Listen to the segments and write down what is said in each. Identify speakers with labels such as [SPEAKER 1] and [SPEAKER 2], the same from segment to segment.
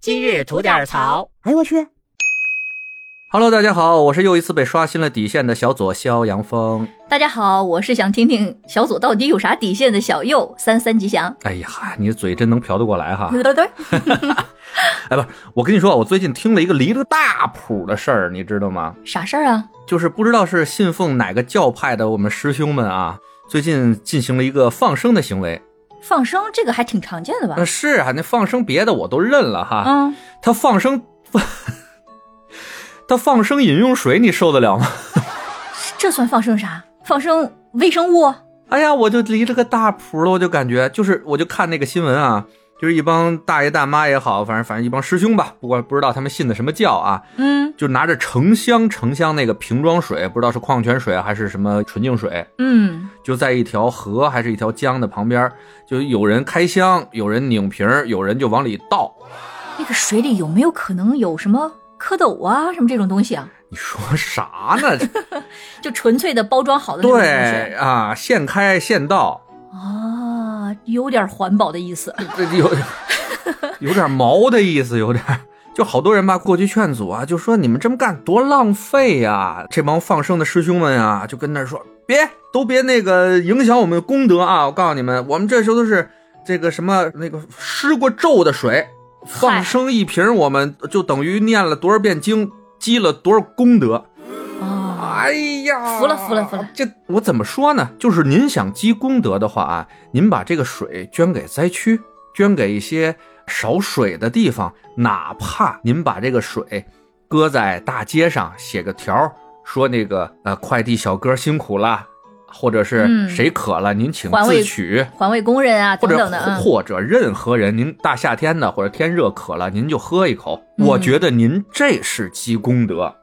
[SPEAKER 1] 今日吐点槽。
[SPEAKER 2] 哎我去，
[SPEAKER 3] Hello，大家好，我是又一次被刷新了底线的小左肖阳峰。
[SPEAKER 4] 大家好，我是想听听小左到底有啥底线的小右三三吉祥。
[SPEAKER 3] 哎呀，你嘴真能瓢得过来哈！
[SPEAKER 4] 对对对，
[SPEAKER 3] 哎，不是，我跟你说，我最近听了一个离了大谱的事儿，你知道吗？
[SPEAKER 4] 啥事儿啊？
[SPEAKER 3] 就是不知道是信奉哪个教派的我们师兄们啊，最近进行了一个放生的行为。
[SPEAKER 4] 放生这个还挺常见的吧
[SPEAKER 3] 那？是啊，那放生别的我都认了哈，
[SPEAKER 4] 嗯，
[SPEAKER 3] 他放生， 他放生饮用水，你受得了吗？
[SPEAKER 4] 这算放生啥？放生微生物？
[SPEAKER 3] 哎呀，我就离这个大谱了，我就感觉就是，我就看那个新闻啊，就是一帮大爷大妈也好，反正反正一帮师兄吧，不管不知道他们信的什么教啊，
[SPEAKER 4] 嗯
[SPEAKER 3] 就拿着成箱成箱那个瓶装水，不知道是矿泉水还是什么纯净水，
[SPEAKER 4] 嗯，
[SPEAKER 3] 就在一条河还是一条江的旁边，就有人开箱，有人拧瓶儿，有人就往里倒。
[SPEAKER 4] 那个水里有没有可能有什么蝌蚪啊，什么这种东西啊？
[SPEAKER 3] 你说啥呢？
[SPEAKER 4] 就纯粹的包装好的那种东
[SPEAKER 3] 对
[SPEAKER 4] 西。
[SPEAKER 3] 啊，现开现倒，
[SPEAKER 4] 啊，有点环保的意 思。
[SPEAKER 3] 这有有点毛的意思，有点。就好多人吧过去劝阻啊，就说你们这么干多浪费呀、这帮放生的师兄们啊，就跟那儿说别都别那个影响我们的功德啊！我告诉你们，我们这时候都是这个什么那个施过咒的水，放生一瓶，我们就等于念了多少遍经，积了多少功德。
[SPEAKER 4] 啊，
[SPEAKER 3] 哎呀，
[SPEAKER 4] 服了服了服了！
[SPEAKER 3] 这我怎么说呢？就是您想积功德的话啊，您把这个水捐给灾区，捐给一些少水的地方，哪怕您把这个水搁在大街上写个条儿，说那个呃快递小哥辛苦啦，或者是
[SPEAKER 4] 嗯
[SPEAKER 3] 谁渴了、您请
[SPEAKER 4] 环
[SPEAKER 3] 自
[SPEAKER 4] 卫
[SPEAKER 3] 取。
[SPEAKER 4] 环卫工人啊，
[SPEAKER 3] 或
[SPEAKER 4] 等
[SPEAKER 3] 者
[SPEAKER 4] 等的啊。
[SPEAKER 3] 或者任何人，您大夏天的或者天热渴了，您就喝一口。
[SPEAKER 4] 嗯
[SPEAKER 3] 我觉得您这是积功德。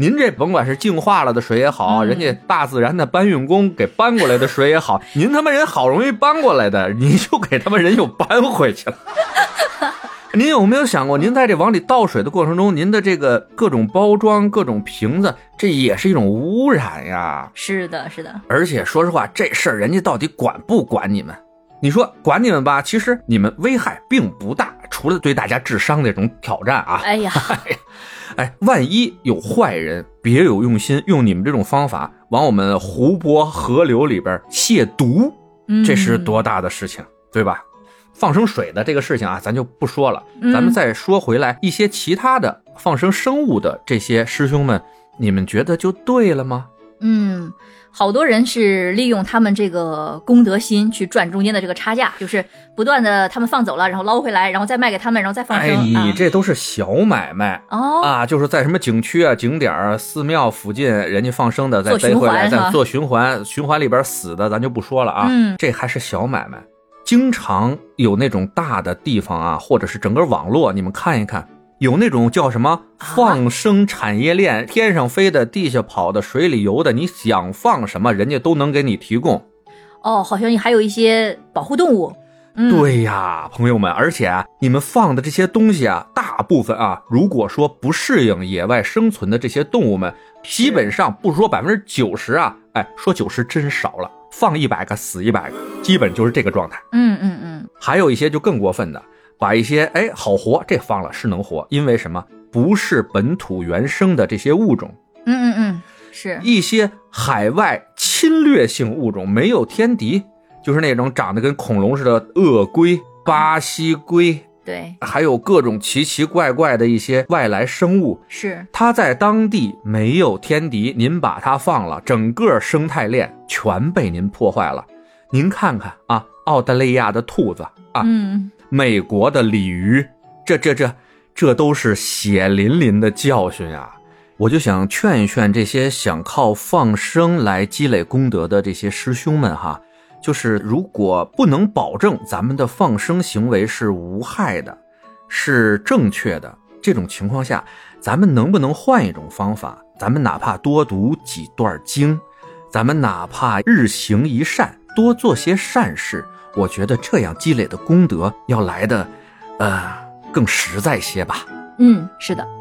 [SPEAKER 3] 您这甭管是净化了的水也好，
[SPEAKER 4] 嗯
[SPEAKER 3] 人家大自然的搬运工给搬过来的水也 好，您他妈人好容易搬过来的，您就给他们人又搬回 去了。您有没有想过，您在这往里倒水的过程中，您的这个各种包装、各种瓶子，这也是一种污染呀？
[SPEAKER 4] 是的，是的，
[SPEAKER 3] 而且说实话，这事儿人家到底管不管你们？你说管你们吧，其实你们危害并不大，除了对大家智商这种挑战啊。
[SPEAKER 4] 哎呀，
[SPEAKER 3] 哎，万一有坏人别有用心，用你们这种方法往我们湖泊河流里边亵渎，
[SPEAKER 4] 嗯
[SPEAKER 3] 这是多大的事情，对吧？放生水的这个事情啊，咱就不说了，
[SPEAKER 4] 嗯
[SPEAKER 3] 咱们再说回来一些其他的放生生物的这些师兄们，你们觉得就对了吗？
[SPEAKER 4] 嗯，好多人是利用他们这个功德心去赚中间的这个差价，就是不断的他们放走了，然后捞回来，然后再卖给他们，然后再放
[SPEAKER 3] 哎，
[SPEAKER 4] 生。
[SPEAKER 3] 你这都是小买卖，
[SPEAKER 4] 啊、哦，
[SPEAKER 3] 啊，就是在什么景区啊、景点儿、寺庙附近，人家放生的，再
[SPEAKER 4] 做
[SPEAKER 3] 背
[SPEAKER 4] 循
[SPEAKER 3] 回来，
[SPEAKER 4] 环
[SPEAKER 3] 再
[SPEAKER 4] 哈
[SPEAKER 3] 做循环，循环里边死的咱就不说了啊，
[SPEAKER 4] 嗯
[SPEAKER 3] 这还是小买卖。经常有那种大的地方啊，或者是整个网络，你们看一看，有那种叫什
[SPEAKER 4] 啊
[SPEAKER 3] 么放生产业链，天上飞的、地下跑的、水里游的，你想放什么，人家都能给你提供。
[SPEAKER 4] 哦，好像还有一些保护动物。嗯，，
[SPEAKER 3] 对呀，朋友们，而且啊，你们放的这些东西啊，大部分啊，如果说不适应野外生存的这些动物们，基本上不说百分之九十啊，哎，说九十真少了，放一百个死一百个，基本就是这个状态。
[SPEAKER 4] 嗯嗯嗯，
[SPEAKER 3] 还有一些就更过分的，把一些哎好活这放了是能活，因为什么？不是本土原生的这些物种，
[SPEAKER 4] 嗯嗯嗯，是，
[SPEAKER 3] 一些海外侵略性物种没有天敌，就是那种长得跟恐龙似的鳄龟、巴西龟，
[SPEAKER 4] 对，
[SPEAKER 3] 还有各种奇奇怪怪的一些外来生物。
[SPEAKER 4] 是，
[SPEAKER 3] 它在当地没有天敌，您把它放了，整个生态链全被您破坏了。您看看啊，澳大利亚的兔子啊，
[SPEAKER 4] 嗯，
[SPEAKER 3] 美国的鲤鱼，这这这这都是血淋淋的教训啊！我就想劝一劝这些想靠放生来积累功德的这些师兄们哈，就是如果不能保证咱们的放生行为是无害的，是正确的这种情况下，咱们能不能换一种方法？咱们哪怕多读几段经，咱们哪怕日行一善，多做些善事，我觉得这样积累的功德要来的，呃，更实在些吧。
[SPEAKER 4] 嗯，是的。